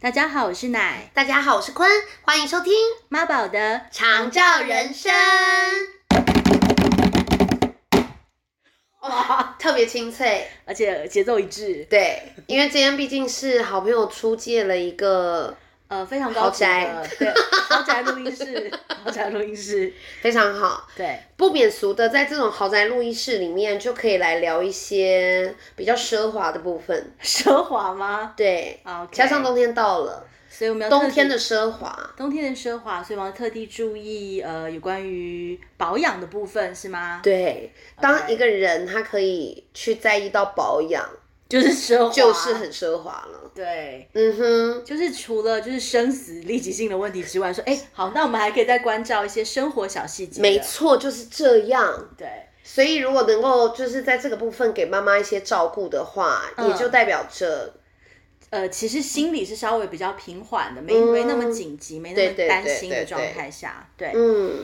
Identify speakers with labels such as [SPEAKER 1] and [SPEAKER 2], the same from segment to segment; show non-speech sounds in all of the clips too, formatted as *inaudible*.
[SPEAKER 1] 大家好，我是奶
[SPEAKER 2] 大家好，我是坤，欢迎收听《
[SPEAKER 1] 妈宝的。
[SPEAKER 2] 长照人生》。哇，特别清脆。
[SPEAKER 1] 而且节奏一致，
[SPEAKER 2] 对，因为今天毕竟是好朋友出借了一个
[SPEAKER 1] 呃，非常高级
[SPEAKER 2] 豪
[SPEAKER 1] 的，对，豪宅录音室，
[SPEAKER 2] *laughs*
[SPEAKER 1] 豪宅录音室，
[SPEAKER 2] 非常好、
[SPEAKER 1] 对，
[SPEAKER 2] 不免俗的，在这种豪宅录音室里面，就可以来聊一些比较奢华的部分。
[SPEAKER 1] 奢华吗？
[SPEAKER 2] 对，
[SPEAKER 1] 啊，OK
[SPEAKER 2] 加上冬天到了，
[SPEAKER 1] 所以我们要特
[SPEAKER 2] 冬
[SPEAKER 1] 地
[SPEAKER 2] 天的奢华。
[SPEAKER 1] 冬天的奢华，所以我们要特地注意呃，有关于保养的部分是吗？，
[SPEAKER 2] 对，当一个人他可以去在意到保养，
[SPEAKER 1] 就是奢华，
[SPEAKER 2] 就是很奢华了。
[SPEAKER 1] 对。
[SPEAKER 2] 嗯哼，
[SPEAKER 1] 就是除了就是生死立即性的问题之外，说哎、好，那我们还可以再关照一些生活小细节的。
[SPEAKER 2] 没错，就是这样。
[SPEAKER 1] 对，
[SPEAKER 2] 所以如果能够就是在这个部分给妈妈一些照顾的话，
[SPEAKER 1] 嗯
[SPEAKER 2] 也就代表着
[SPEAKER 1] 呃，其实心里是稍微比较平缓的，没、没那么紧急，没那
[SPEAKER 2] 嗯对
[SPEAKER 1] 么
[SPEAKER 2] 对
[SPEAKER 1] 担
[SPEAKER 2] 对
[SPEAKER 1] 心
[SPEAKER 2] 对
[SPEAKER 1] 的状
[SPEAKER 2] 对
[SPEAKER 1] 态下，对，
[SPEAKER 2] 嗯，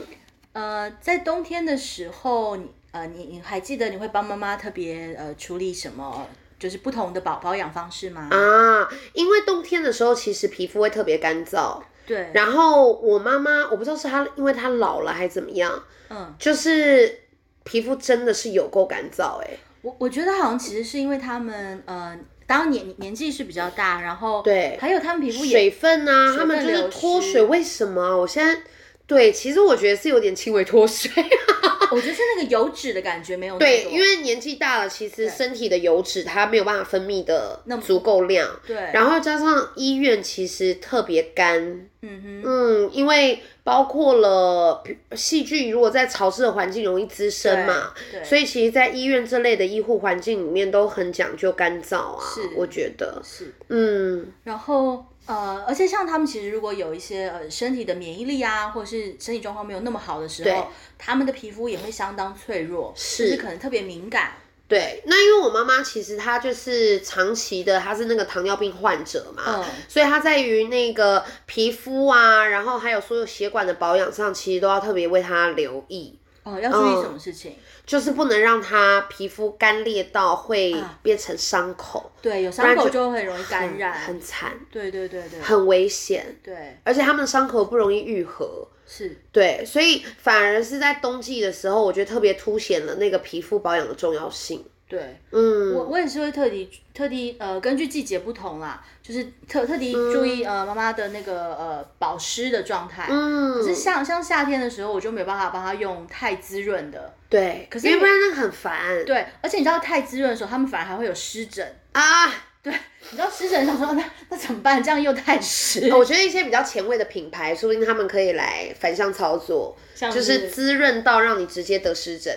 [SPEAKER 1] 呃，在冬天的时候，你呃，你你还记得你会帮妈妈特别呃处理什么，就是不同的保保养方式吗？
[SPEAKER 2] 啊，因为冬天的时候其实皮肤会特别干燥，
[SPEAKER 1] 对，
[SPEAKER 2] 然后我妈妈我不知道是她因为她老了还怎么样，
[SPEAKER 1] 嗯，
[SPEAKER 2] 就是皮肤真的是有够干燥哎、
[SPEAKER 1] 我我觉得好像其实是因为他们呃，当然年年纪是比较大，然后
[SPEAKER 2] 对
[SPEAKER 1] 还有他们皮肤
[SPEAKER 2] 水
[SPEAKER 1] 也
[SPEAKER 2] 分啊，
[SPEAKER 1] 水分
[SPEAKER 2] 他们就是
[SPEAKER 1] 流失
[SPEAKER 2] 脱水，为什么啊？我现在对，其实我觉得是有点轻微脱水，
[SPEAKER 1] 哦我觉得是那个油脂的感觉没有那么
[SPEAKER 2] 对，
[SPEAKER 1] 多
[SPEAKER 2] 因为年纪大了，其实身体的油脂它没有办法分泌的
[SPEAKER 1] 那么
[SPEAKER 2] 足够量，
[SPEAKER 1] 对，
[SPEAKER 2] 然后加上医院其实特别干，
[SPEAKER 1] 嗯哼，
[SPEAKER 2] 嗯，因为包括了比细菌，如果在潮湿的环境容易滋生嘛，
[SPEAKER 1] 对，
[SPEAKER 2] 所
[SPEAKER 1] 以
[SPEAKER 2] 以其实，在医院这类的医护环境里面都很讲究干燥啊
[SPEAKER 1] 是，
[SPEAKER 2] 我觉得，
[SPEAKER 1] 是
[SPEAKER 2] 嗯，
[SPEAKER 1] 然后呃，而且像他们其实如果有一些呃身体的免疫力啊，或者是身体状况没有那么好的时
[SPEAKER 2] 对
[SPEAKER 1] 候，他们的皮肤也会相当脆弱，
[SPEAKER 2] 是
[SPEAKER 1] 就是可能特别敏感。
[SPEAKER 2] 对，那因为我妈妈其实她就是长期的，她是那个糖尿病患者嘛，
[SPEAKER 1] 嗯
[SPEAKER 2] 所以她在于那个皮肤啊，然后还有所有血管的保养上，其实都要特别为她留意，
[SPEAKER 1] 哦，要注意
[SPEAKER 2] 嗯
[SPEAKER 1] 什么事情？
[SPEAKER 2] 就是不能让她皮肤干裂到会
[SPEAKER 1] 啊
[SPEAKER 2] 变成伤口，
[SPEAKER 1] 对，有
[SPEAKER 2] 不
[SPEAKER 1] 伤
[SPEAKER 2] 然
[SPEAKER 1] 口
[SPEAKER 2] 就
[SPEAKER 1] 就会很容易感染。
[SPEAKER 2] 很很惨，
[SPEAKER 1] 对对对对
[SPEAKER 2] 很危险，
[SPEAKER 1] 对，
[SPEAKER 2] 而且他们的伤口不容易愈合。
[SPEAKER 1] 是
[SPEAKER 2] 对，所以反而是在冬季的时候，我觉得特别凸显了那个皮肤保养的重要性。
[SPEAKER 1] 对。
[SPEAKER 2] 嗯，
[SPEAKER 1] 我我也是会特地特地呃，根据季节不同啦，就是特特地注意、呃妈妈的那个呃保湿的状态。
[SPEAKER 2] 嗯，
[SPEAKER 1] 可是像像夏天的时候，我就没有办法帮她用太滋润的。
[SPEAKER 2] 对，
[SPEAKER 1] 可是
[SPEAKER 2] 因为
[SPEAKER 1] 我
[SPEAKER 2] 不然那个很烦。
[SPEAKER 1] 对，而且你知道太滋润的时候，他们反而还会有湿疹。
[SPEAKER 2] 啊，
[SPEAKER 1] 对，你知道湿疹，想说那那怎么办？这样又太湿。
[SPEAKER 2] 我觉得一些比较前卫的品牌，说不定他们可以来反向操作，
[SPEAKER 1] 像
[SPEAKER 2] 就是是滋润到让你直接得湿疹。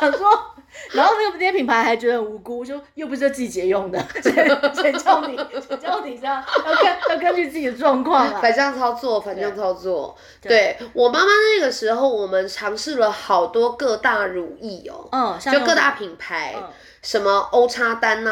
[SPEAKER 1] 想说，然后那个那些品牌还觉得很无辜，就又不是这季节用的， *laughs* 谁谁叫你谁叫你这样？要根要根据自己的状况啊。
[SPEAKER 2] 反向操作，反向操作。对我妈妈那个时候，我们尝试了好多各大乳液哦，
[SPEAKER 1] 嗯，像
[SPEAKER 2] 就
[SPEAKER 1] 那
[SPEAKER 2] 各大
[SPEAKER 1] 种
[SPEAKER 2] 品牌，
[SPEAKER 1] 嗯
[SPEAKER 2] 什么欧叉丹啊。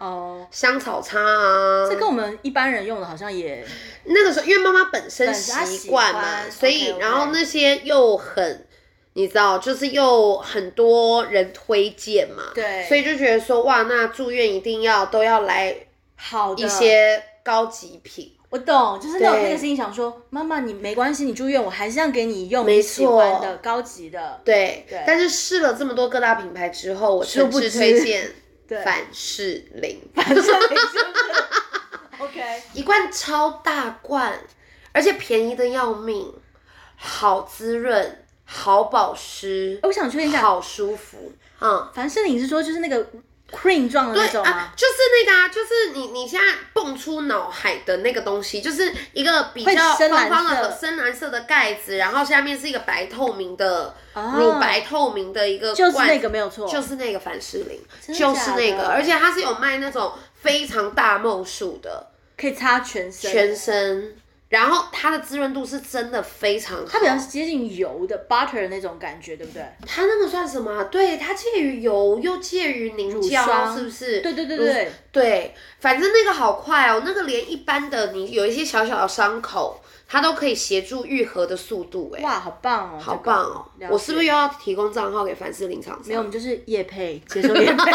[SPEAKER 1] 哦，
[SPEAKER 2] 香草擦啊，
[SPEAKER 1] 这跟我们一般人用的好像也
[SPEAKER 2] 那个时候因为妈妈本身
[SPEAKER 1] 本身她
[SPEAKER 2] 习
[SPEAKER 1] 喜
[SPEAKER 2] 惯嘛，
[SPEAKER 1] 欢
[SPEAKER 2] 所以
[SPEAKER 1] OK，OK
[SPEAKER 2] 然后那些又很，你知道，就是又很多人推荐嘛，
[SPEAKER 1] 对
[SPEAKER 2] 所以就觉得说哇，那住院一定要都要来
[SPEAKER 1] 好的
[SPEAKER 2] 一。些高级品，
[SPEAKER 1] 我懂，就是那种
[SPEAKER 2] 对
[SPEAKER 1] 那个心情，想说妈妈你没关系，你住院我还是要给你用
[SPEAKER 2] 没
[SPEAKER 1] 你喜欢
[SPEAKER 2] 错
[SPEAKER 1] 的高级的。 *laughs*
[SPEAKER 2] 对。
[SPEAKER 1] 对
[SPEAKER 2] 但是试了这么多各大品牌之后，我
[SPEAKER 1] 殊
[SPEAKER 2] 诚
[SPEAKER 1] 不
[SPEAKER 2] 挚
[SPEAKER 1] 知
[SPEAKER 2] 推荐
[SPEAKER 1] *laughs* 对
[SPEAKER 2] 凡士林，
[SPEAKER 1] 反正没事。OK，
[SPEAKER 2] *laughs*
[SPEAKER 1] 哎
[SPEAKER 2] 一罐超大罐，而且便宜的要命，好滋润，好保湿，
[SPEAKER 1] 我想确认一下，
[SPEAKER 2] 好舒服，嗯。
[SPEAKER 1] 凡士林是说就是那个 cream 状的那种吗
[SPEAKER 2] 啊，？就是那个啊，就是你你现在蹦出脑海的那个东西，就是一个比
[SPEAKER 1] 会
[SPEAKER 2] 较
[SPEAKER 1] 深蓝
[SPEAKER 2] 方方的
[SPEAKER 1] 色
[SPEAKER 2] 深蓝色的盖子，然后下面是一个白透明的、
[SPEAKER 1] 啊
[SPEAKER 2] 乳白透明的一个
[SPEAKER 1] 就是
[SPEAKER 2] 罐
[SPEAKER 1] 那个没有错，
[SPEAKER 2] 就是那个凡士林，
[SPEAKER 1] 的
[SPEAKER 2] 就是那
[SPEAKER 1] 假
[SPEAKER 2] 个，
[SPEAKER 1] 的
[SPEAKER 2] 而且它是有卖那种非常大梦数的
[SPEAKER 1] 可以擦全身，
[SPEAKER 2] 全身，然后它的滋润度是真的非常好。
[SPEAKER 1] 它比较接近油的 butter 的那种感觉，对不对？
[SPEAKER 2] 它那个算什么啊？对，它介于油又介于凝
[SPEAKER 1] 乳
[SPEAKER 2] 胶，
[SPEAKER 1] 霜
[SPEAKER 2] 是不是？
[SPEAKER 1] 对对对对，
[SPEAKER 2] 对，反正那个好快哦，那个连一般的你有一些小小的伤口，它都可以协助愈合的速度，哎，
[SPEAKER 1] 哇，好棒哦，
[SPEAKER 2] 好棒哦
[SPEAKER 1] 这！个
[SPEAKER 2] 我是不是？又要提供账号给凡士林厂
[SPEAKER 1] 了
[SPEAKER 2] 商？ *laughs*
[SPEAKER 1] 解没有，我们就是夜配，接受夜配。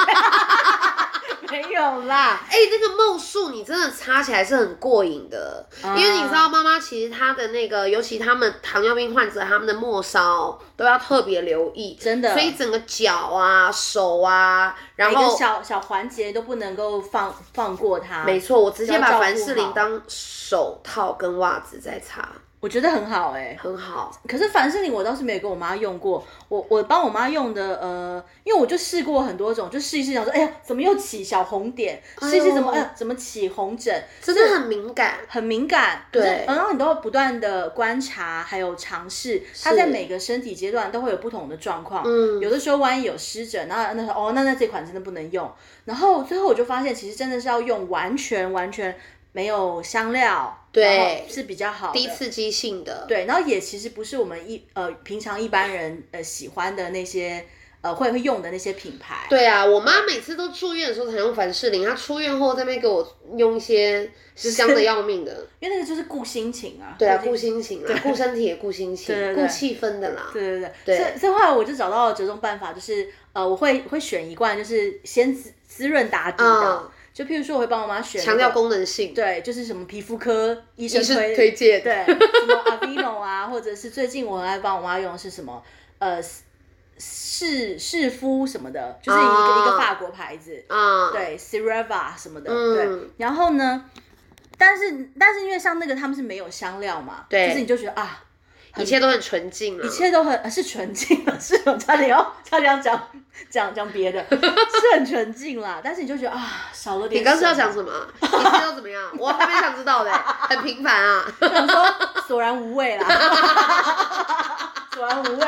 [SPEAKER 1] 没有啦，
[SPEAKER 2] 哎、那个梦数你真的擦起来是很过瘾的，
[SPEAKER 1] 啊
[SPEAKER 2] 因为你知道妈妈其实她的那个，尤其他们糖尿病患者他们的末梢都要特别留意，
[SPEAKER 1] 真的
[SPEAKER 2] 所以整个脚啊、手啊，然
[SPEAKER 1] 每个
[SPEAKER 2] 后
[SPEAKER 1] 小小环节都不能够放放过它。
[SPEAKER 2] 没错，我直接
[SPEAKER 1] 要照
[SPEAKER 2] 把
[SPEAKER 1] 顾
[SPEAKER 2] 凡士林
[SPEAKER 1] 好
[SPEAKER 2] 当手套跟袜子在擦，
[SPEAKER 1] 我觉得很好哎、
[SPEAKER 2] 很好。
[SPEAKER 1] 可是凡士林我倒是没有跟我妈用过，我我帮我妈用的，呃，因为我就试过很多种，就试一试，想说，哎呀，怎么又起小红点？
[SPEAKER 2] 呦
[SPEAKER 1] 试一试怎么，哎、呀，怎么起红疹？
[SPEAKER 2] 真的很敏感，
[SPEAKER 1] 很敏感，
[SPEAKER 2] 对
[SPEAKER 1] 可是然后你都要不断的观察，还有尝试，它在每个身体阶段都会有不同的状况。嗯，有的时候万一有湿疹，然后那时候哦，那那这款真的不能用。然后最后我就发现，其实真的是要用完全完全没有香料，
[SPEAKER 2] 对
[SPEAKER 1] 然后是比较好的。
[SPEAKER 2] 低刺激性的，
[SPEAKER 1] 对，然后也其实不是我们一呃平常一般人呃喜欢的那些呃会会用的那些品牌。
[SPEAKER 2] 对啊，我妈每次都住院的时候才用凡士林，她出院后在那边给我用一些香的要
[SPEAKER 1] *laughs*
[SPEAKER 2] 命的。
[SPEAKER 1] 因为那个就是顾心情啊。
[SPEAKER 2] 对啊，
[SPEAKER 1] 顾
[SPEAKER 2] 顾心情啦，顾身体也顾心情，
[SPEAKER 1] 对对对
[SPEAKER 2] 顾气氛的啦。
[SPEAKER 1] 对对对，所以所以后来我就找到了折中办法，就是呃，我会会选一罐，就是先滋滋润打底的，
[SPEAKER 2] 嗯
[SPEAKER 1] 就譬如说我会帮我妈选那个
[SPEAKER 2] 强调功能性，
[SPEAKER 1] 对，就是什么皮肤科医生
[SPEAKER 2] 也是
[SPEAKER 1] 推
[SPEAKER 2] 推荐。
[SPEAKER 1] 对，什么 Aveeno 啊， *laughs* 或者是最近我很爱帮我妈用的是什么呃士士夫什么的，就是一个、
[SPEAKER 2] 啊
[SPEAKER 1] 一个法国牌子，
[SPEAKER 2] 啊，
[SPEAKER 1] 对 s i r e v a 什么的，
[SPEAKER 2] 嗯
[SPEAKER 1] 对，然后呢？但是但是因为像那个他们是没有香料嘛，
[SPEAKER 2] 对
[SPEAKER 1] 就是你就觉得啊，
[SPEAKER 2] 一切都很纯净啊。
[SPEAKER 1] 一切都很是纯净的， *laughs* 是我差点要差点要讲讲讲别的，是很纯净啦。但是你就觉得啊，少了点。
[SPEAKER 2] 你刚是要讲什
[SPEAKER 1] *laughs*
[SPEAKER 2] 么啊？一切都怎么样？我还没想知道嘞，很平凡啊。
[SPEAKER 1] 想说索然无味啦， *laughs* 索然无味，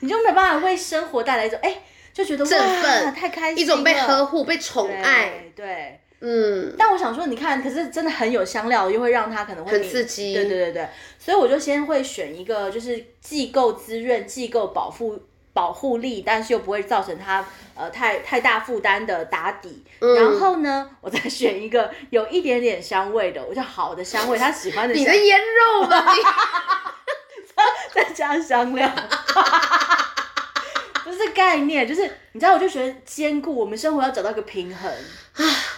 [SPEAKER 1] 你就没有办法为生活带来一种哎、就觉得
[SPEAKER 2] 振
[SPEAKER 1] 哇，
[SPEAKER 2] 奋
[SPEAKER 1] 太开心了，
[SPEAKER 2] 一种被呵护、被宠
[SPEAKER 1] 对
[SPEAKER 2] 爱，
[SPEAKER 1] 对。
[SPEAKER 2] 嗯，
[SPEAKER 1] 但我想说，你看，可是真的很有香料，又会让它可能会
[SPEAKER 2] 很
[SPEAKER 1] 敏
[SPEAKER 2] 刺激
[SPEAKER 1] 对对对对，所以我就先会选一个，就是既够滋润、既够保护保护力，但是又不会造成它呃太太大负担的打底。
[SPEAKER 2] 嗯
[SPEAKER 1] 然后呢，我再选一个有一点点香味的，我就好的香味，他喜欢的
[SPEAKER 2] 你
[SPEAKER 1] 香
[SPEAKER 2] 的，腌肉 *laughs* 吧，你
[SPEAKER 1] 再加香料。 *laughs* 这是概念，就是你知道，我就觉得兼顾我们生活要找到一个平衡。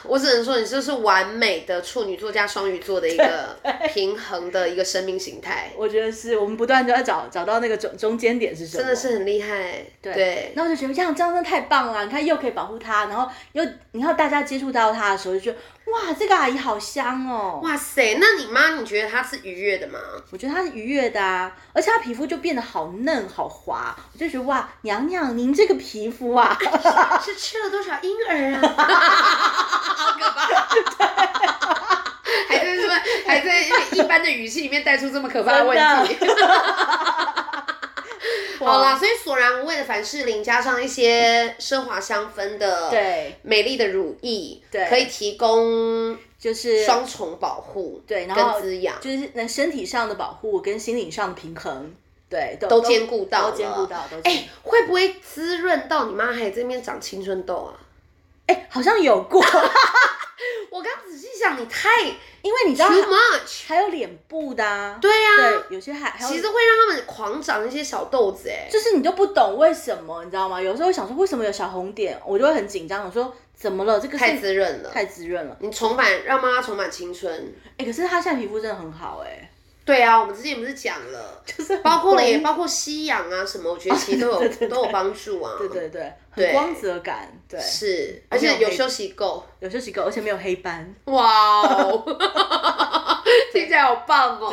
[SPEAKER 2] 我只能说你这是完美的处女座加双鱼座的一 *laughs* 个平衡的一个生命形态，
[SPEAKER 1] 我觉得是我们不断就要找找到那个中中间点是什么，
[SPEAKER 2] 真的是很厉害。对，
[SPEAKER 1] 然后我就觉得这样这样真的太棒了，你看又可以保护它，然后又你看大家接触到它的时候就觉得哇，这个阿姨好香哦，
[SPEAKER 2] 哇塞，那你妈你觉得她是愉悦的吗？
[SPEAKER 1] 我觉得它是愉悦的啊，而且它皮肤就变得好嫩好滑，我就觉得哇，娘娘您这个皮肤啊，
[SPEAKER 2] *laughs* 是吃了多少婴儿啊？ *laughs* 好可怕！ *laughs* 还在什么？还在一般的语气里面带出这么可怕的问题。 *laughs* 好啦，所以索然无味的凡士林，加上一些奢华香氛的
[SPEAKER 1] 对，
[SPEAKER 2] 美丽的乳液，
[SPEAKER 1] 对
[SPEAKER 2] 可以提供
[SPEAKER 1] *laughs* 就是
[SPEAKER 2] 双重保护，
[SPEAKER 1] 对，然后
[SPEAKER 2] 跟滋养
[SPEAKER 1] 就是那身体上的保护跟心理上的平衡，对，都
[SPEAKER 2] 都兼顾到了，
[SPEAKER 1] 都兼顾到，都兼顾
[SPEAKER 2] 哎、会不会滋润到你妈还这边长青春痘啊？
[SPEAKER 1] 哎、好像有
[SPEAKER 2] *laughs*
[SPEAKER 1] 过，
[SPEAKER 2] 我刚仔细想，你太
[SPEAKER 1] 因为你知道
[SPEAKER 2] too much。
[SPEAKER 1] 还有脸部的啊，
[SPEAKER 2] 对呀、啊，
[SPEAKER 1] 对，有些还还有
[SPEAKER 2] 其实会让他们狂长一些小豆子哎、
[SPEAKER 1] 就是你都不懂为什么，你知道吗？有时候会想说为什么有小红点，我就会很紧张，我说怎么了？这个是
[SPEAKER 2] 太滋润了。
[SPEAKER 1] 太滋润了。
[SPEAKER 2] 你重返让妈妈重返青春，
[SPEAKER 1] 哎、可是她现在皮肤真的很好、哎，
[SPEAKER 2] 对啊，我们之前不是讲了，
[SPEAKER 1] 就是很
[SPEAKER 2] 包括了也
[SPEAKER 1] 光
[SPEAKER 2] 包括吸氧啊什么，我觉得其实都 *laughs* 有都有帮助啊。
[SPEAKER 1] 对对对，
[SPEAKER 2] 对
[SPEAKER 1] 很光泽感，对，
[SPEAKER 2] 是，而
[SPEAKER 1] 而且
[SPEAKER 2] 且有
[SPEAKER 1] 有
[SPEAKER 2] 休息够，
[SPEAKER 1] 有休息够，而且没有黑斑。
[SPEAKER 2] 哇哦， *laughs* 听起来好棒哦。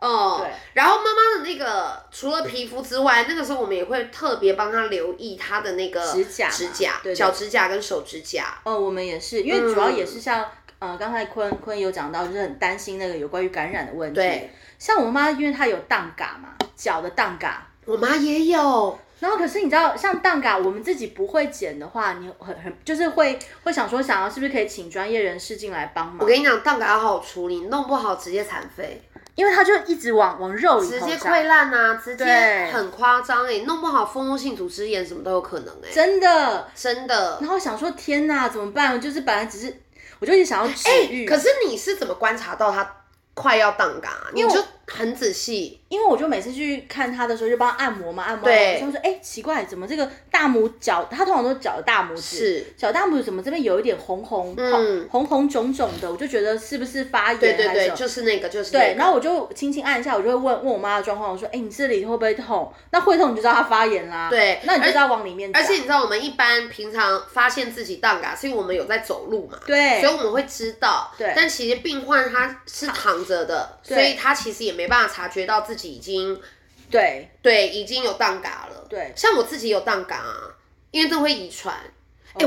[SPEAKER 2] 哦
[SPEAKER 1] 对，
[SPEAKER 2] 然后妈妈的那个除了皮肤之外，那个时候我们也会特别帮她留意她的那个
[SPEAKER 1] 指甲嘛
[SPEAKER 2] 指甲、
[SPEAKER 1] 对对
[SPEAKER 2] 脚指甲跟手指甲。
[SPEAKER 1] 哦，我们也是，因为主
[SPEAKER 2] 嗯
[SPEAKER 1] 要也是像、呃，刚才坤坤有讲到，就是很担心那个有关于感染的问题。
[SPEAKER 2] 对，
[SPEAKER 1] 像我妈，因为她有荡嘎嘛，脚的荡嘎，
[SPEAKER 2] 我妈也有，
[SPEAKER 1] 然后可是你知道，像蛋嘎，我们自己不会剪的话，你很很就是会会想说，想要是不是可以请专业人士进来帮
[SPEAKER 2] 我
[SPEAKER 1] 忙？
[SPEAKER 2] 跟你讲，蛋糕好好处理，弄不好直接残废，
[SPEAKER 1] 因为它就一直往往肉里头
[SPEAKER 2] 直接
[SPEAKER 1] 长
[SPEAKER 2] 溃烂啊，直接
[SPEAKER 1] 对
[SPEAKER 2] 很夸张哎，弄不好蜂窝性组织炎什么都有可能哎、
[SPEAKER 1] 真的。
[SPEAKER 2] 真的。
[SPEAKER 1] 然后想说，天哪，怎么办？就是本来只是，我就一直想要治
[SPEAKER 2] 哎、
[SPEAKER 1] 愈。
[SPEAKER 2] 可是你是怎么观察到它快要当嘎，你就很仔细。
[SPEAKER 1] 因为我就每次去看他的时候，就帮他按摩嘛，按摩。
[SPEAKER 2] 对
[SPEAKER 1] 他说：“哎、奇怪，怎么这个大拇脚？他通常都是脚大拇指，
[SPEAKER 2] 是
[SPEAKER 1] 脚大拇指怎么这边有一点红红、
[SPEAKER 2] 嗯
[SPEAKER 1] 红红肿肿的？我就觉得是不是发炎
[SPEAKER 2] 对对
[SPEAKER 1] 还是什
[SPEAKER 2] 对，
[SPEAKER 1] 么？
[SPEAKER 2] 就是那个，就是
[SPEAKER 1] 对，
[SPEAKER 2] 那
[SPEAKER 1] 然后
[SPEAKER 2] 个。
[SPEAKER 1] 我就轻轻按一下，我就会问问我妈的状况，我说：“哎、你这里会不会痛？那会痛你就知道它发炎啦。
[SPEAKER 2] 对
[SPEAKER 1] 那你就
[SPEAKER 2] 而
[SPEAKER 1] 知道往里面打。
[SPEAKER 2] 而且你知道，我们一般平常发现自己当嘎，是因为我们有在走路嘛，
[SPEAKER 1] 对，
[SPEAKER 2] 所以我们会知道。
[SPEAKER 1] 对
[SPEAKER 2] 但其实病患他是躺着的，
[SPEAKER 1] 对
[SPEAKER 2] 所以他其实也没办法察觉到自己已经
[SPEAKER 1] 对
[SPEAKER 2] 对已经有当嘎了。
[SPEAKER 1] 对
[SPEAKER 2] 像我自己有当嘎啊，因为这会遗传。哎、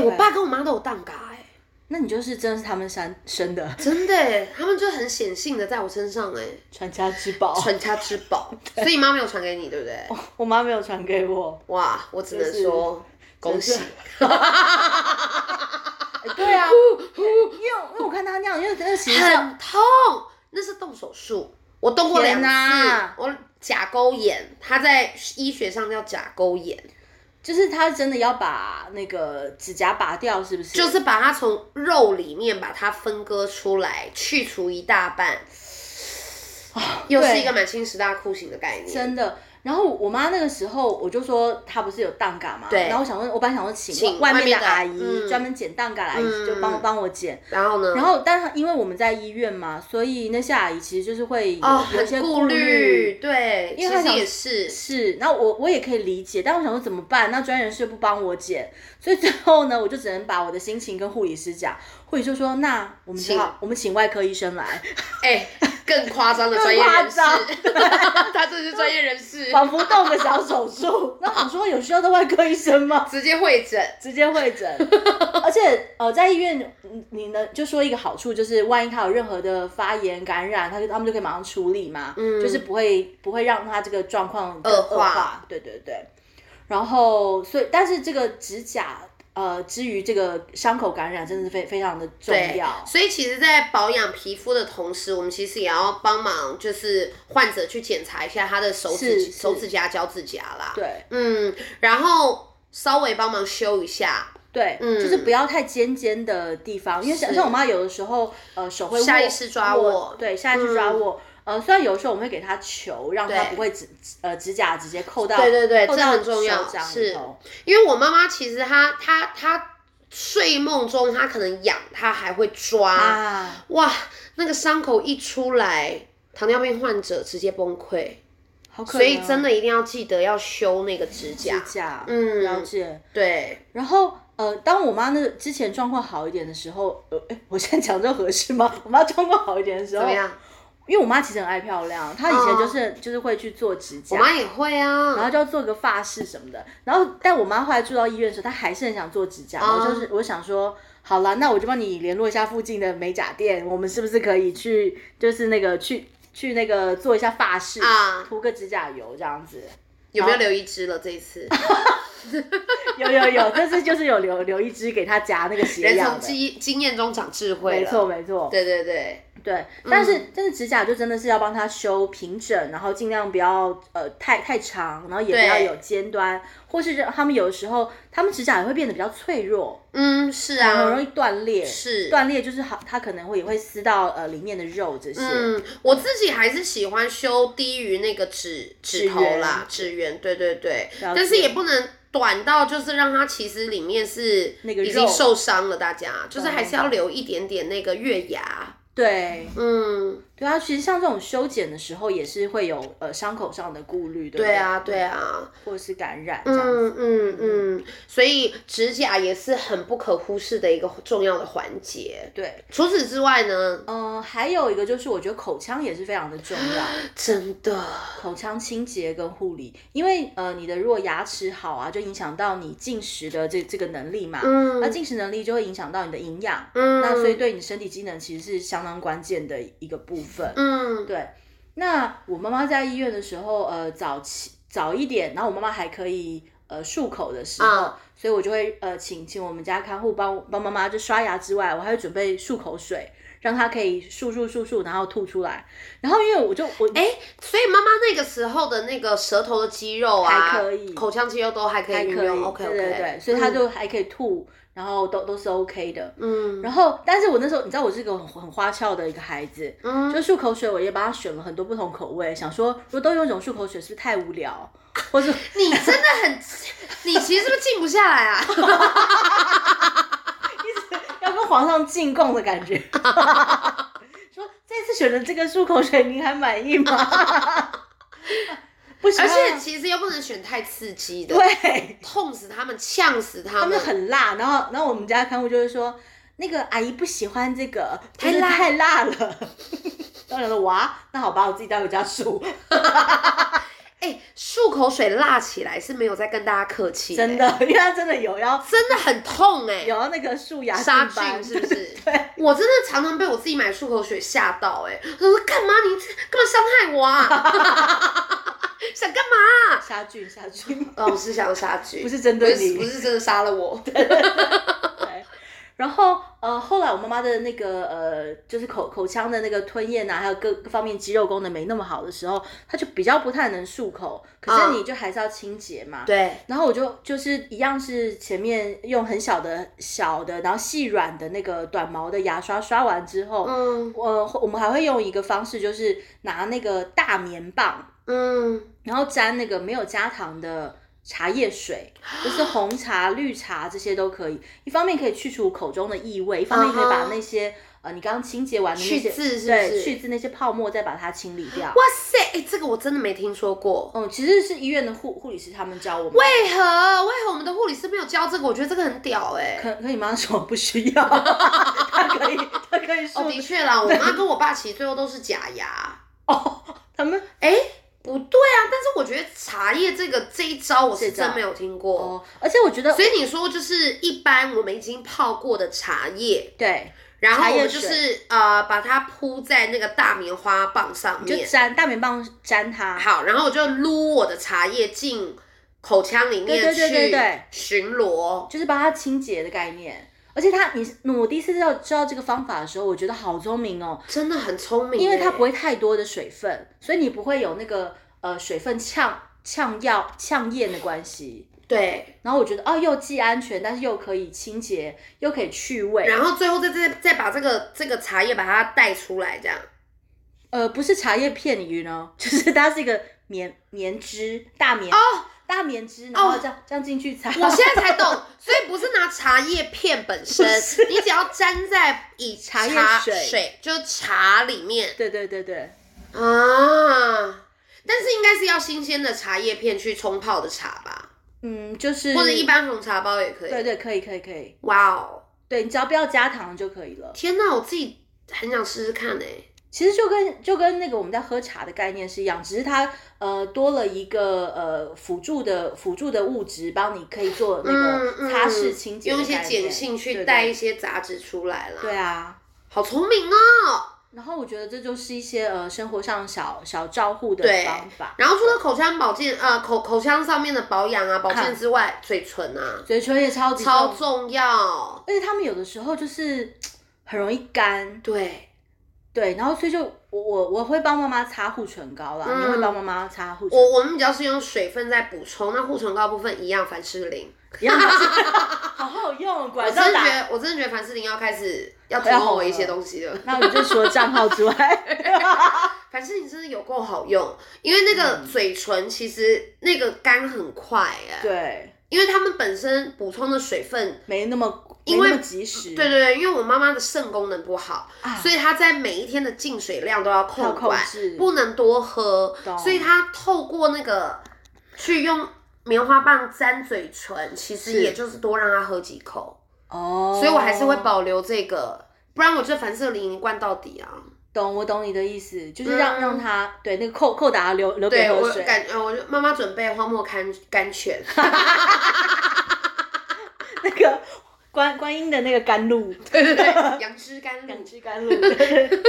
[SPEAKER 1] OK
[SPEAKER 2] 我爸跟我妈都有当嘎、哎，
[SPEAKER 1] 那你就是真的是他们生生
[SPEAKER 2] *laughs*
[SPEAKER 1] 的
[SPEAKER 2] 真的、哎，他们就很显性的在我身上、
[SPEAKER 1] 传家之宝
[SPEAKER 2] 哎，。传家之宝。所以妈没有传给你，对不对？
[SPEAKER 1] *laughs* 我妈没有传给
[SPEAKER 2] *laughs*
[SPEAKER 1] 我。
[SPEAKER 2] 哇，我只能
[SPEAKER 1] 哦就是
[SPEAKER 2] 说恭喜
[SPEAKER 1] 真。哎对啊，因为因为我看他那样，因为真的形
[SPEAKER 2] *laughs*
[SPEAKER 1] 象
[SPEAKER 2] 很痛，那是动手术，我动过两
[SPEAKER 1] 天
[SPEAKER 2] 次
[SPEAKER 1] 哪，
[SPEAKER 2] 我甲沟炎，它在医学上叫甲沟炎，
[SPEAKER 1] 就是他真的要把那个指甲拔掉，是不是？
[SPEAKER 2] 就是把它从肉里面把它分割出来，去除一大半，又是
[SPEAKER 1] 对
[SPEAKER 2] 一个满清十大酷刑的概念。
[SPEAKER 1] 真的。然后我妈那个时候，我就说她不是有当嘎嘛，
[SPEAKER 2] 对
[SPEAKER 1] 然后我想问，我本来想说请
[SPEAKER 2] 请
[SPEAKER 1] 外
[SPEAKER 2] 外面
[SPEAKER 1] 的
[SPEAKER 2] 的
[SPEAKER 1] 阿姨
[SPEAKER 2] 嗯
[SPEAKER 1] 专门剪当嘎的阿姨，就帮
[SPEAKER 2] 嗯
[SPEAKER 1] 帮我剪。
[SPEAKER 2] 然后呢？
[SPEAKER 1] 然后，但是因为我们在医院嘛，所以那些阿姨其实就是会有、
[SPEAKER 2] 哦，
[SPEAKER 1] 有一些
[SPEAKER 2] 很顾
[SPEAKER 1] 虑
[SPEAKER 2] 虑，，对，
[SPEAKER 1] 因
[SPEAKER 2] 其
[SPEAKER 1] 为他
[SPEAKER 2] 实
[SPEAKER 1] 想 *laughs*
[SPEAKER 2] 也是，
[SPEAKER 1] 是，然后我我也可以理解，但我想说怎么办？那专业人士不帮我剪，所以最后呢，我就只能把我的心情跟护理师讲。护理师说：“那我们只好我们请外科医生来，
[SPEAKER 2] 哎、更夸张的专业
[SPEAKER 1] 夸
[SPEAKER 2] 人士
[SPEAKER 1] 张，
[SPEAKER 2] *laughs* 他这是专业
[SPEAKER 1] *laughs*
[SPEAKER 2] 人士，
[SPEAKER 1] 仿佛动个小手术。” *laughs* 那我说：“有需要到外科医生吗
[SPEAKER 2] 直接会诊，？”
[SPEAKER 1] 直接会诊，
[SPEAKER 2] *laughs*
[SPEAKER 1] 而且呃，在医院你你呢就说一个好处就是，万一他有任何的发炎感染，他就他们就可以马上处理嘛，
[SPEAKER 2] 嗯
[SPEAKER 1] 就是不会不会让他这个状况更
[SPEAKER 2] 恶
[SPEAKER 1] 恶
[SPEAKER 2] 化
[SPEAKER 1] 化，对对对。然后，所以但是这个指甲，呃，至于这个伤口感染，真的是非非常的重
[SPEAKER 2] 对
[SPEAKER 1] 要，。
[SPEAKER 2] 所以其实，在保养皮肤的同时，我们其实也要帮忙，就是患者去检查一下他的手
[SPEAKER 1] 是
[SPEAKER 2] 指、
[SPEAKER 1] 是
[SPEAKER 2] 手指甲、脚趾甲啦。，
[SPEAKER 1] 对
[SPEAKER 2] 嗯，然后稍微帮忙修一下，
[SPEAKER 1] 对，
[SPEAKER 2] 嗯
[SPEAKER 1] 就是不要太尖尖的地方，因为像
[SPEAKER 2] 是
[SPEAKER 1] 像我妈有的时候，呃，手会握
[SPEAKER 2] 下意识抓
[SPEAKER 1] 握
[SPEAKER 2] 握，
[SPEAKER 1] 对，下意识抓
[SPEAKER 2] 嗯
[SPEAKER 1] 握。呃，虽然有的时候我们会给她球，让她
[SPEAKER 2] 对
[SPEAKER 1] 不会指呃指甲直接扣到，
[SPEAKER 2] 对对对
[SPEAKER 1] 扣
[SPEAKER 2] 这
[SPEAKER 1] 到
[SPEAKER 2] 很重要
[SPEAKER 1] 手掌里
[SPEAKER 2] 是
[SPEAKER 1] 头
[SPEAKER 2] 因为我妈妈其实她她她睡梦中她可能痒，她还会抓，
[SPEAKER 1] 啊，
[SPEAKER 2] 哇，那个伤口一出来，糖尿病患者直接崩溃，
[SPEAKER 1] 好可
[SPEAKER 2] 所以
[SPEAKER 1] 怜哦
[SPEAKER 2] 真的一定要记得要修那个指甲。
[SPEAKER 1] 指甲，
[SPEAKER 2] 嗯
[SPEAKER 1] 了解。
[SPEAKER 2] 对，
[SPEAKER 1] 然后呃，当我妈那个之前状况好一点的时候，呃，哎，我现在讲这合适吗？ *laughs* 我妈状况好一点的时
[SPEAKER 2] 怎
[SPEAKER 1] 候
[SPEAKER 2] 么，样？
[SPEAKER 1] 因为我妈其实很爱漂亮，她以前就是、就是会去做指
[SPEAKER 2] 我
[SPEAKER 1] 甲。
[SPEAKER 2] 妈也会啊。
[SPEAKER 1] 然后就要做个发饰什么的，然后但我妈后来住到医院的时候，她还是很想做指甲。
[SPEAKER 2] 哦
[SPEAKER 1] 我就是我想说，好啦，那我就帮你联络一下附近的美甲店，我们是不是可以去，就是那个去去那个做一下发饰
[SPEAKER 2] 啊
[SPEAKER 1] 涂个指甲油这样子。
[SPEAKER 2] 有没有留一只了？这一次
[SPEAKER 1] 有有有，但是就是有留留一支给她夹那个鞋
[SPEAKER 2] 人
[SPEAKER 1] 样
[SPEAKER 2] 从
[SPEAKER 1] 的，
[SPEAKER 2] 经经验中长智慧了。
[SPEAKER 1] 没错，没错。
[SPEAKER 2] 对对对，
[SPEAKER 1] 对，
[SPEAKER 2] 嗯
[SPEAKER 1] 但是、但是指甲就真的是要帮它修平整，然后尽量不要呃太太长，然后也不
[SPEAKER 2] 对
[SPEAKER 1] 要有尖端，或是让他们有的时候他们指甲也会变得比较脆弱，
[SPEAKER 2] 嗯，是
[SPEAKER 1] 很容
[SPEAKER 2] 啊，
[SPEAKER 1] 易断裂。
[SPEAKER 2] 是。
[SPEAKER 1] 断裂就是好，它可能会也会撕到呃里面的肉这些。
[SPEAKER 2] 嗯，我自己还是喜欢修低于那个指指头啦，指缘，对对对，
[SPEAKER 1] 了解
[SPEAKER 2] 但是也不能短到就是让它其实里面是
[SPEAKER 1] 那个
[SPEAKER 2] 已经
[SPEAKER 1] 肉嗯
[SPEAKER 2] 受伤了，大家就是还是要留一点点那个月牙，
[SPEAKER 1] 对
[SPEAKER 2] 嗯，
[SPEAKER 1] 对啊，其实像这种修剪的时候也是会有呃伤口上的顾虑，对不对？
[SPEAKER 2] 对，啊，对啊，
[SPEAKER 1] 或者是感染这样子。
[SPEAKER 2] 嗯嗯嗯，所以指甲也是很不可忽视的一个重要的环节。
[SPEAKER 1] 对，
[SPEAKER 2] 除此之外呢，
[SPEAKER 1] 嗯、还有一个就是我觉得口腔也是非常的重要。
[SPEAKER 2] *laughs* 真的
[SPEAKER 1] 口腔清洁跟护理，因为呃，你的如果牙齿好啊，就影响到你进食的这这个能力嘛，
[SPEAKER 2] 嗯
[SPEAKER 1] 那进食能力就会影响到你的营养，
[SPEAKER 2] 嗯
[SPEAKER 1] 那所以对你身体机能其实是相当关键的一个部分。
[SPEAKER 2] 嗯，
[SPEAKER 1] 对，那我妈妈在医院的时候，呃，早起早一点，然后我妈妈还可以呃漱口的时候，
[SPEAKER 2] 啊
[SPEAKER 1] 所以我就会呃请请我们家看护帮帮妈妈就刷牙之外，我还会准备漱口水，让她可以漱漱漱漱，然后吐出来。然后因为我就我哎。
[SPEAKER 2] 所以妈妈那个时候的那个舌头的肌肉啊，
[SPEAKER 1] 还可以
[SPEAKER 2] 口腔肌肉都还可以
[SPEAKER 1] 还
[SPEAKER 2] 运
[SPEAKER 1] 可以
[SPEAKER 2] 用。OK 嗯 OK，
[SPEAKER 1] 对对对，所以他就还可以吐，然后都都是 OK 的。
[SPEAKER 2] 嗯，
[SPEAKER 1] 然后，但是我那时候，你知道我是一个很很花俏的一个孩子，
[SPEAKER 2] 嗯
[SPEAKER 1] 就漱口水，我也帮他选了很多不同口味，想说如果都用一种漱口水，是不是太无聊？或
[SPEAKER 2] *laughs*
[SPEAKER 1] 者
[SPEAKER 2] 你真的很， *laughs* 你其实是不是静不下
[SPEAKER 1] *laughs*
[SPEAKER 2] 来啊？
[SPEAKER 1] 要跟皇上进贡的感
[SPEAKER 2] *laughs*
[SPEAKER 1] 觉。 *laughs* 说这次选的这个漱口水，您还满意吗？ *laughs* 不行
[SPEAKER 2] 而
[SPEAKER 1] 啊，
[SPEAKER 2] 且其实又不能选太刺激的，
[SPEAKER 1] 对，
[SPEAKER 2] 痛死他们，呛死他
[SPEAKER 1] 他
[SPEAKER 2] 们
[SPEAKER 1] 们。很辣，然后然后我们家看护就会说，那个阿姨不喜欢这个，
[SPEAKER 2] 太
[SPEAKER 1] 真的
[SPEAKER 2] 辣
[SPEAKER 1] 太辣了。 *laughs* 然后我想说哇，那好吧，我自己带回家漱，
[SPEAKER 2] 哎、漱口水辣起来是没有在跟大家客气、欸
[SPEAKER 1] 真，的，因为它真的有要
[SPEAKER 2] 真的很痛哎、
[SPEAKER 1] 有要那个漱牙
[SPEAKER 2] 杀
[SPEAKER 1] 菌斑
[SPEAKER 2] 菌 *laughs* 是不是？
[SPEAKER 1] 对，
[SPEAKER 2] 我真的常常被我自己买漱口水吓到哎、我说干嘛你干嘛伤害我啊？ *laughs* 想干嘛、啊？
[SPEAKER 1] 杀菌杀
[SPEAKER 2] *laughs*
[SPEAKER 1] 菌。
[SPEAKER 2] 哦，我是想杀菌，
[SPEAKER 1] 不是针对
[SPEAKER 2] 不是
[SPEAKER 1] 你
[SPEAKER 2] 不是真的杀了我。
[SPEAKER 1] 对，然后呃，后来我妈妈的那个呃，就是口口腔的那个吞咽啊，还有各各方面肌肉功能没那么好的时候，她就比较不太能漱口，可是
[SPEAKER 2] 嗯
[SPEAKER 1] 你就还是要清洁嘛。
[SPEAKER 2] *laughs* 对，
[SPEAKER 1] 然后我就就是一样是前面用很小的小的，然后细软的那个短毛的牙刷刷完之后，
[SPEAKER 2] 嗯
[SPEAKER 1] 呃，我们还会用一个方式，就是拿那个大棉棒，
[SPEAKER 2] 嗯，
[SPEAKER 1] 然后沾那个没有加糖的茶叶水，就是红茶、绿茶这些都可以。一方面可以去除口中的异味，一方面可以把
[SPEAKER 2] 啊哈
[SPEAKER 1] 那些、呃你刚刚清洁完的那些
[SPEAKER 2] 去渍是不
[SPEAKER 1] 对
[SPEAKER 2] 是
[SPEAKER 1] 去渍那些泡沫，再把它清理掉。
[SPEAKER 2] 哇塞，哎、这个我真的没听说过。
[SPEAKER 1] 嗯，其实是医院的护护理师他们教我们。
[SPEAKER 2] 为何为何我们的护理师没有教这个？我觉得这个很屌哎、
[SPEAKER 1] 可可以吗？说不需要， *laughs* 他可以，他可以
[SPEAKER 2] 哦，
[SPEAKER 1] 说
[SPEAKER 2] 的确啦，我妈跟我爸其实最后都是假牙。
[SPEAKER 1] 哦，他们
[SPEAKER 2] 哎、不对啊，但是我觉得茶叶这个这一招我是
[SPEAKER 1] 这招
[SPEAKER 2] 真没有听过。
[SPEAKER 1] 哦，而且我觉得
[SPEAKER 2] 所以你说就是一般我们已经泡过的茶叶，
[SPEAKER 1] 对，
[SPEAKER 2] 然后
[SPEAKER 1] 茶叶
[SPEAKER 2] 我们就是呃把它铺在那个大棉花棒上
[SPEAKER 1] 你就
[SPEAKER 2] 面，
[SPEAKER 1] 粘大棉棒粘它，
[SPEAKER 2] 好，然后我就撸我的茶叶进口腔里面
[SPEAKER 1] 对对对对对
[SPEAKER 2] 去巡逻。
[SPEAKER 1] 就是帮它清洁的概念。而且它，你嗯我第一次知道知道这个方法的时候，我觉得好聪明哦，
[SPEAKER 2] 真的很聪明耶，欸
[SPEAKER 1] 因为它不会太多的水分，所以你不会有那个呃水分呛呛药呛咽的关系。
[SPEAKER 2] 对，
[SPEAKER 1] 然后我觉得哦，又既安全，但是又可以清洁，又可以去味。
[SPEAKER 2] 然后最后再再再把这个这个茶叶把它带出
[SPEAKER 1] *laughs*
[SPEAKER 2] 来，这样
[SPEAKER 1] 呃，不是茶叶片鱼呢， *laughs* 就是它是一个棉棉织大棉
[SPEAKER 2] 哦
[SPEAKER 1] 大棉织，然后这样、这样进去擦。
[SPEAKER 2] 我现在才懂，所以不是拿茶叶片本身
[SPEAKER 1] 不是，
[SPEAKER 2] 你只要沾在以茶
[SPEAKER 1] 茶叶水
[SPEAKER 2] 水，就是茶里面
[SPEAKER 1] 对对对对，
[SPEAKER 2] 啊。但是应该是要新鲜的茶叶片去冲泡的茶吧，
[SPEAKER 1] 嗯，就是
[SPEAKER 2] 或者一般红茶包也可
[SPEAKER 1] 对
[SPEAKER 2] 以。
[SPEAKER 1] 对可以可以可以，
[SPEAKER 2] 哇哦，
[SPEAKER 1] 对你只要不要加糖就可以了。
[SPEAKER 2] 天哪，我自己很想试试看哎、
[SPEAKER 1] 其实就跟就跟那个我们在喝茶的概念是一样，只是它呃多了一个呃辅助的辅助的物质，帮你可以做那
[SPEAKER 2] 嗯
[SPEAKER 1] 个
[SPEAKER 2] 嗯
[SPEAKER 1] 擦拭清洁的
[SPEAKER 2] 用一
[SPEAKER 1] 概念、
[SPEAKER 2] 些碱性去
[SPEAKER 1] 对
[SPEAKER 2] 带一
[SPEAKER 1] 对
[SPEAKER 2] 些杂质出来啦。
[SPEAKER 1] 对，啊。
[SPEAKER 2] 好聪明哦。
[SPEAKER 1] 然后我觉得这就是一些呃生活上小小照护的
[SPEAKER 2] 对
[SPEAKER 1] 方法。
[SPEAKER 2] 然后除了口腔保健，呃，口口腔上面的保养
[SPEAKER 1] 嗯
[SPEAKER 2] 啊、保健之外，嘴唇啊
[SPEAKER 1] 嘴唇也超级
[SPEAKER 2] 超
[SPEAKER 1] 重，
[SPEAKER 2] 重要。
[SPEAKER 1] 而且他们有的时候就是很容易干，
[SPEAKER 2] 对，
[SPEAKER 1] 对，然后所以就我我我会帮妈妈擦护唇膏啦，
[SPEAKER 2] 嗯
[SPEAKER 1] 你会帮妈妈擦护唇膏，
[SPEAKER 2] 我我们比较是用水分在补充，那护唇膏部分一样，凡士林。
[SPEAKER 1] 一样的
[SPEAKER 2] *laughs*
[SPEAKER 1] 好好用，
[SPEAKER 2] 我
[SPEAKER 1] 管
[SPEAKER 2] 真
[SPEAKER 1] 道
[SPEAKER 2] 的觉
[SPEAKER 1] 打。
[SPEAKER 2] 得，我真的觉得凡士林要开始要提
[SPEAKER 1] 要
[SPEAKER 2] 供
[SPEAKER 1] 红
[SPEAKER 2] 我一
[SPEAKER 1] 了
[SPEAKER 2] 些东西了。
[SPEAKER 1] 那我们就除了账号之外， *laughs*
[SPEAKER 2] 凡士林真的有够好用，因为那个嘴唇其实那个干很快哎、
[SPEAKER 1] 对，
[SPEAKER 2] 因为他们本身补充的水分。
[SPEAKER 1] 没那么
[SPEAKER 2] 因为
[SPEAKER 1] 没那么及时，
[SPEAKER 2] 对对对，因为我妈妈的肾功能不好，
[SPEAKER 1] 啊
[SPEAKER 2] 所以她在每一天的进水量都要
[SPEAKER 1] 要
[SPEAKER 2] 控
[SPEAKER 1] 控
[SPEAKER 2] 管，
[SPEAKER 1] 制，
[SPEAKER 2] 不能多喝，
[SPEAKER 1] 懂
[SPEAKER 2] 所以他透过那个去用棉花棒沾嘴唇，其实
[SPEAKER 1] 是
[SPEAKER 2] 也就是多让他喝几口，
[SPEAKER 1] 哦，
[SPEAKER 2] 所以我还是会保留这个，不然我这凡士林灌到底啊。
[SPEAKER 1] 懂，我懂你的意思，就是让、
[SPEAKER 2] 嗯
[SPEAKER 1] 让他对那个扣扣打流流
[SPEAKER 2] 对
[SPEAKER 1] 给
[SPEAKER 2] 我
[SPEAKER 1] 喝水，
[SPEAKER 2] 感，呃我就妈妈准备荒漠甘甘
[SPEAKER 1] *laughs*
[SPEAKER 2] 泉，
[SPEAKER 1] 那个观观音的那个甘
[SPEAKER 2] *laughs*
[SPEAKER 1] 露，
[SPEAKER 2] 对对
[SPEAKER 1] *laughs*
[SPEAKER 2] 对，杨枝甘露
[SPEAKER 1] 两，只甘露，对对
[SPEAKER 2] *laughs*
[SPEAKER 1] 对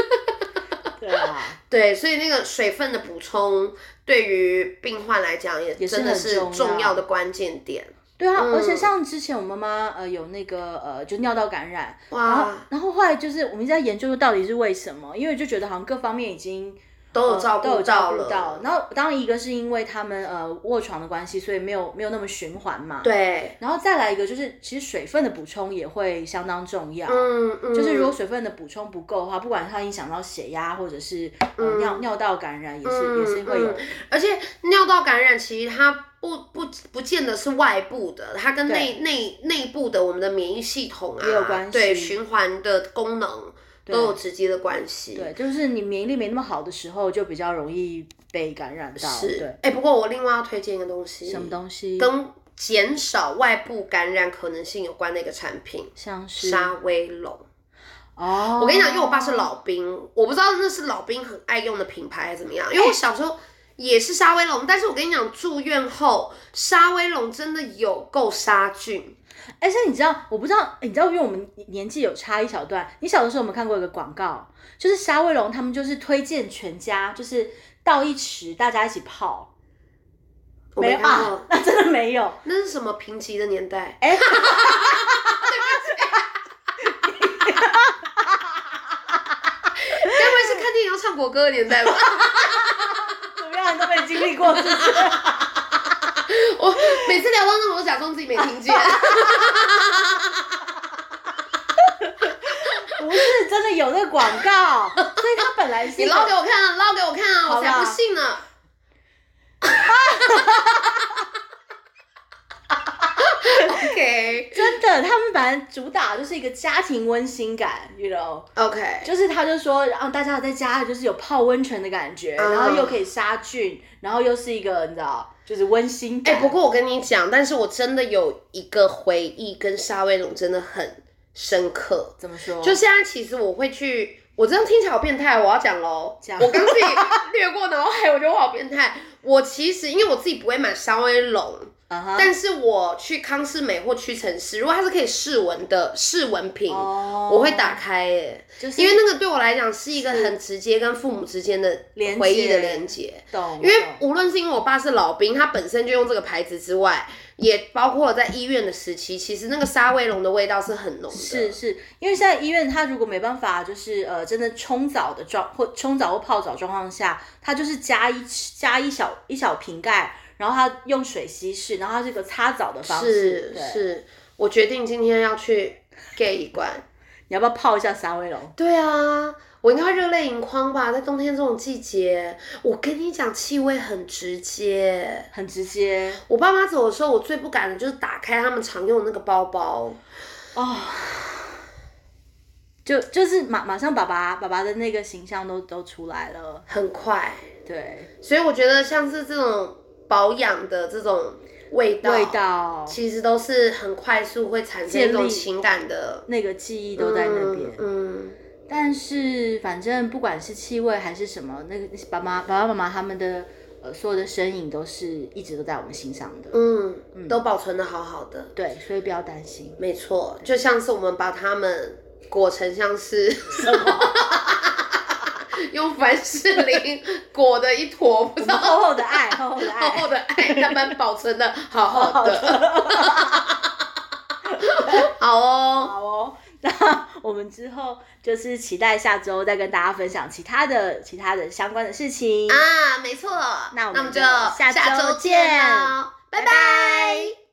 [SPEAKER 1] 对啊，
[SPEAKER 2] 对，所以那个水分的补充对于病患来讲也
[SPEAKER 1] 也是
[SPEAKER 2] 真的
[SPEAKER 1] 很
[SPEAKER 2] 是
[SPEAKER 1] 重要
[SPEAKER 2] 重要的关键点。
[SPEAKER 1] 对啊，
[SPEAKER 2] 嗯
[SPEAKER 1] 而且像之前我妈妈呃有那个呃就尿道感染，然后
[SPEAKER 2] 哇，
[SPEAKER 1] 然后后来就是我们一直在研究到底是为什么，因为就觉得好像各方面已经
[SPEAKER 2] 都有照
[SPEAKER 1] 哦都有
[SPEAKER 2] 顾
[SPEAKER 1] 照
[SPEAKER 2] 到
[SPEAKER 1] 顾
[SPEAKER 2] 了，
[SPEAKER 1] 到。然后当然一个是因为他们呃卧床的关系，所以没有没有那么循环嘛。。
[SPEAKER 2] 对，
[SPEAKER 1] 然后再来一个就是，其实水分的补充也会相当重要。
[SPEAKER 2] 嗯嗯，
[SPEAKER 1] 就是如果水分的补充不够的话，不管它影响到血压或者是、呃、尿尿道感染，也是、也是会有。
[SPEAKER 2] 嗯而且尿道感染其实它不不不见得是外部的，它跟内内内部的我们的免疫系统啊
[SPEAKER 1] 也有关系
[SPEAKER 2] 对循环的功能都有直接的关系。
[SPEAKER 1] 对，就是你免疫力没那么好的时候，就比较容易被感染到。
[SPEAKER 2] 是
[SPEAKER 1] 对，，
[SPEAKER 2] 哎、不过我另外要推荐一个东西，
[SPEAKER 1] 什么东西？
[SPEAKER 2] 嗯跟减少外部感染可能性有关的一个产品
[SPEAKER 1] 像
[SPEAKER 2] ——
[SPEAKER 1] 是
[SPEAKER 2] 沙威龙。
[SPEAKER 1] 哦，
[SPEAKER 2] 我跟你讲，因为我爸是老兵，我不知道那是老兵很爱用的品牌还是怎么样。因为我小时候也是沙威龙，但是我跟你讲，住院后沙威龙真的有够杀菌。
[SPEAKER 1] 而哎且你知道，我不知道，你知道，因为我们年纪有差一小段。你小的时候有没有看过一个广告？就是沙威龙他们就是推荐全家，就是倒一池，大家一起泡。
[SPEAKER 2] 我没
[SPEAKER 1] 有
[SPEAKER 2] 看
[SPEAKER 1] 啊
[SPEAKER 2] 过，，
[SPEAKER 1] 那真的没有。
[SPEAKER 2] 那是什么贫瘠的年代？
[SPEAKER 1] 哎、
[SPEAKER 2] 该不会是看电影要唱国歌的年代吧？ *laughs*
[SPEAKER 1] 怎么样？你都没经历过，是不是？
[SPEAKER 2] 我每次聊到那，我都假装自己没听见。
[SPEAKER 1] 不是真的有那个广告，所以它本来是
[SPEAKER 2] 你
[SPEAKER 1] 一个
[SPEAKER 2] 捞给我看啊，捞给我看啊，
[SPEAKER 1] 好
[SPEAKER 2] 我才不
[SPEAKER 1] 吧 *laughs*
[SPEAKER 2] 信呢。OK
[SPEAKER 1] 真的，他们本来主打就是一个家庭温馨感，you know。
[SPEAKER 2] *laughs* OK，
[SPEAKER 1] 就是他就说，让大家在家里就是有泡温泉的感觉，
[SPEAKER 2] 嗯
[SPEAKER 1] 然后又可以杀菌，然后又是一个你知道，就是温馨
[SPEAKER 2] 哎、
[SPEAKER 1] 感。
[SPEAKER 2] 不过我跟你讲，但是我真的有一个回忆跟沙威龙真的很深刻。
[SPEAKER 1] 怎么说？
[SPEAKER 2] 就现在，其实我会去，我这样听起来好变态，我要讲喽。
[SPEAKER 1] 讲
[SPEAKER 2] 我刚自己略过脑海， *laughs* 我觉得我好变态。我其实因为我自己不会买沙威龙，
[SPEAKER 1] 啊哈，
[SPEAKER 2] 但是我去康士美或屈臣氏，如果它是可以试闻的试闻瓶，
[SPEAKER 1] 哦
[SPEAKER 2] 我会打开耶、
[SPEAKER 1] 就是
[SPEAKER 2] 因为那个对我来讲是一个很直接跟父母之间的
[SPEAKER 1] 连
[SPEAKER 2] 回忆的
[SPEAKER 1] 接
[SPEAKER 2] 连接。
[SPEAKER 1] *laughs* 懂，
[SPEAKER 2] 因为
[SPEAKER 1] 懂
[SPEAKER 2] 无论是因为我爸是老兵，他本身就用这个牌子之外，也包括了在医院的时期，其实那个沙威龙的味道是很浓的。
[SPEAKER 1] 是是，因为现在医院它如果没办法，就是呃，真的冲澡的状或冲澡或泡澡状况下，它就是加一加一小一小瓶盖，然后它用水稀释，然后它这个擦澡的方式。
[SPEAKER 2] 是
[SPEAKER 1] 对，
[SPEAKER 2] 是，我决定今天要去 gay 一罐。
[SPEAKER 1] 你要不要泡一下沙威龙？
[SPEAKER 2] 对啊，我应该会热泪盈眶吧，在冬天这种季节，我跟你讲，气味很直接。
[SPEAKER 1] 很直接
[SPEAKER 2] 我爸妈走的时候，我最不敢的就是打开他们常用的那个包包。
[SPEAKER 1] 哦。就就是马马上爸爸爸爸的那个形象都都出来了，
[SPEAKER 2] 很快。
[SPEAKER 1] 对，
[SPEAKER 2] 所以我觉得像是这种保养的这种味道，
[SPEAKER 1] 味道
[SPEAKER 2] 其实都是很快速会产生一
[SPEAKER 1] 建
[SPEAKER 2] 种
[SPEAKER 1] 立
[SPEAKER 2] 情感的，
[SPEAKER 1] 那个记忆都在那边。
[SPEAKER 2] 嗯，嗯
[SPEAKER 1] 但是反正不管是气味还是什么，那个爸妈、爸爸妈妈他们的呃所有的身影都是一直都在我们心上的。
[SPEAKER 2] 嗯都保存的好好的。
[SPEAKER 1] 对，所以不要担心。
[SPEAKER 2] *laughs* 没错，就像是我们把它们裹成像是什么， *laughs* 用凡士林裹的一坨，不知
[SPEAKER 1] 我们
[SPEAKER 2] 道
[SPEAKER 1] 厚厚的爱，厚厚的
[SPEAKER 2] 厚厚
[SPEAKER 1] 爱，
[SPEAKER 2] 的爱，他们保存的好好的。 *laughs* 好哦，
[SPEAKER 1] 好哦。那我们之后就是期待下周再跟大家分享其他的、其他的相关的事情。
[SPEAKER 2] 啊，没错，
[SPEAKER 1] 那我们
[SPEAKER 2] 我们就
[SPEAKER 1] 就下
[SPEAKER 2] 下
[SPEAKER 1] 周
[SPEAKER 2] 周见
[SPEAKER 1] 见
[SPEAKER 2] 哦，拜
[SPEAKER 1] 拜拜
[SPEAKER 2] 拜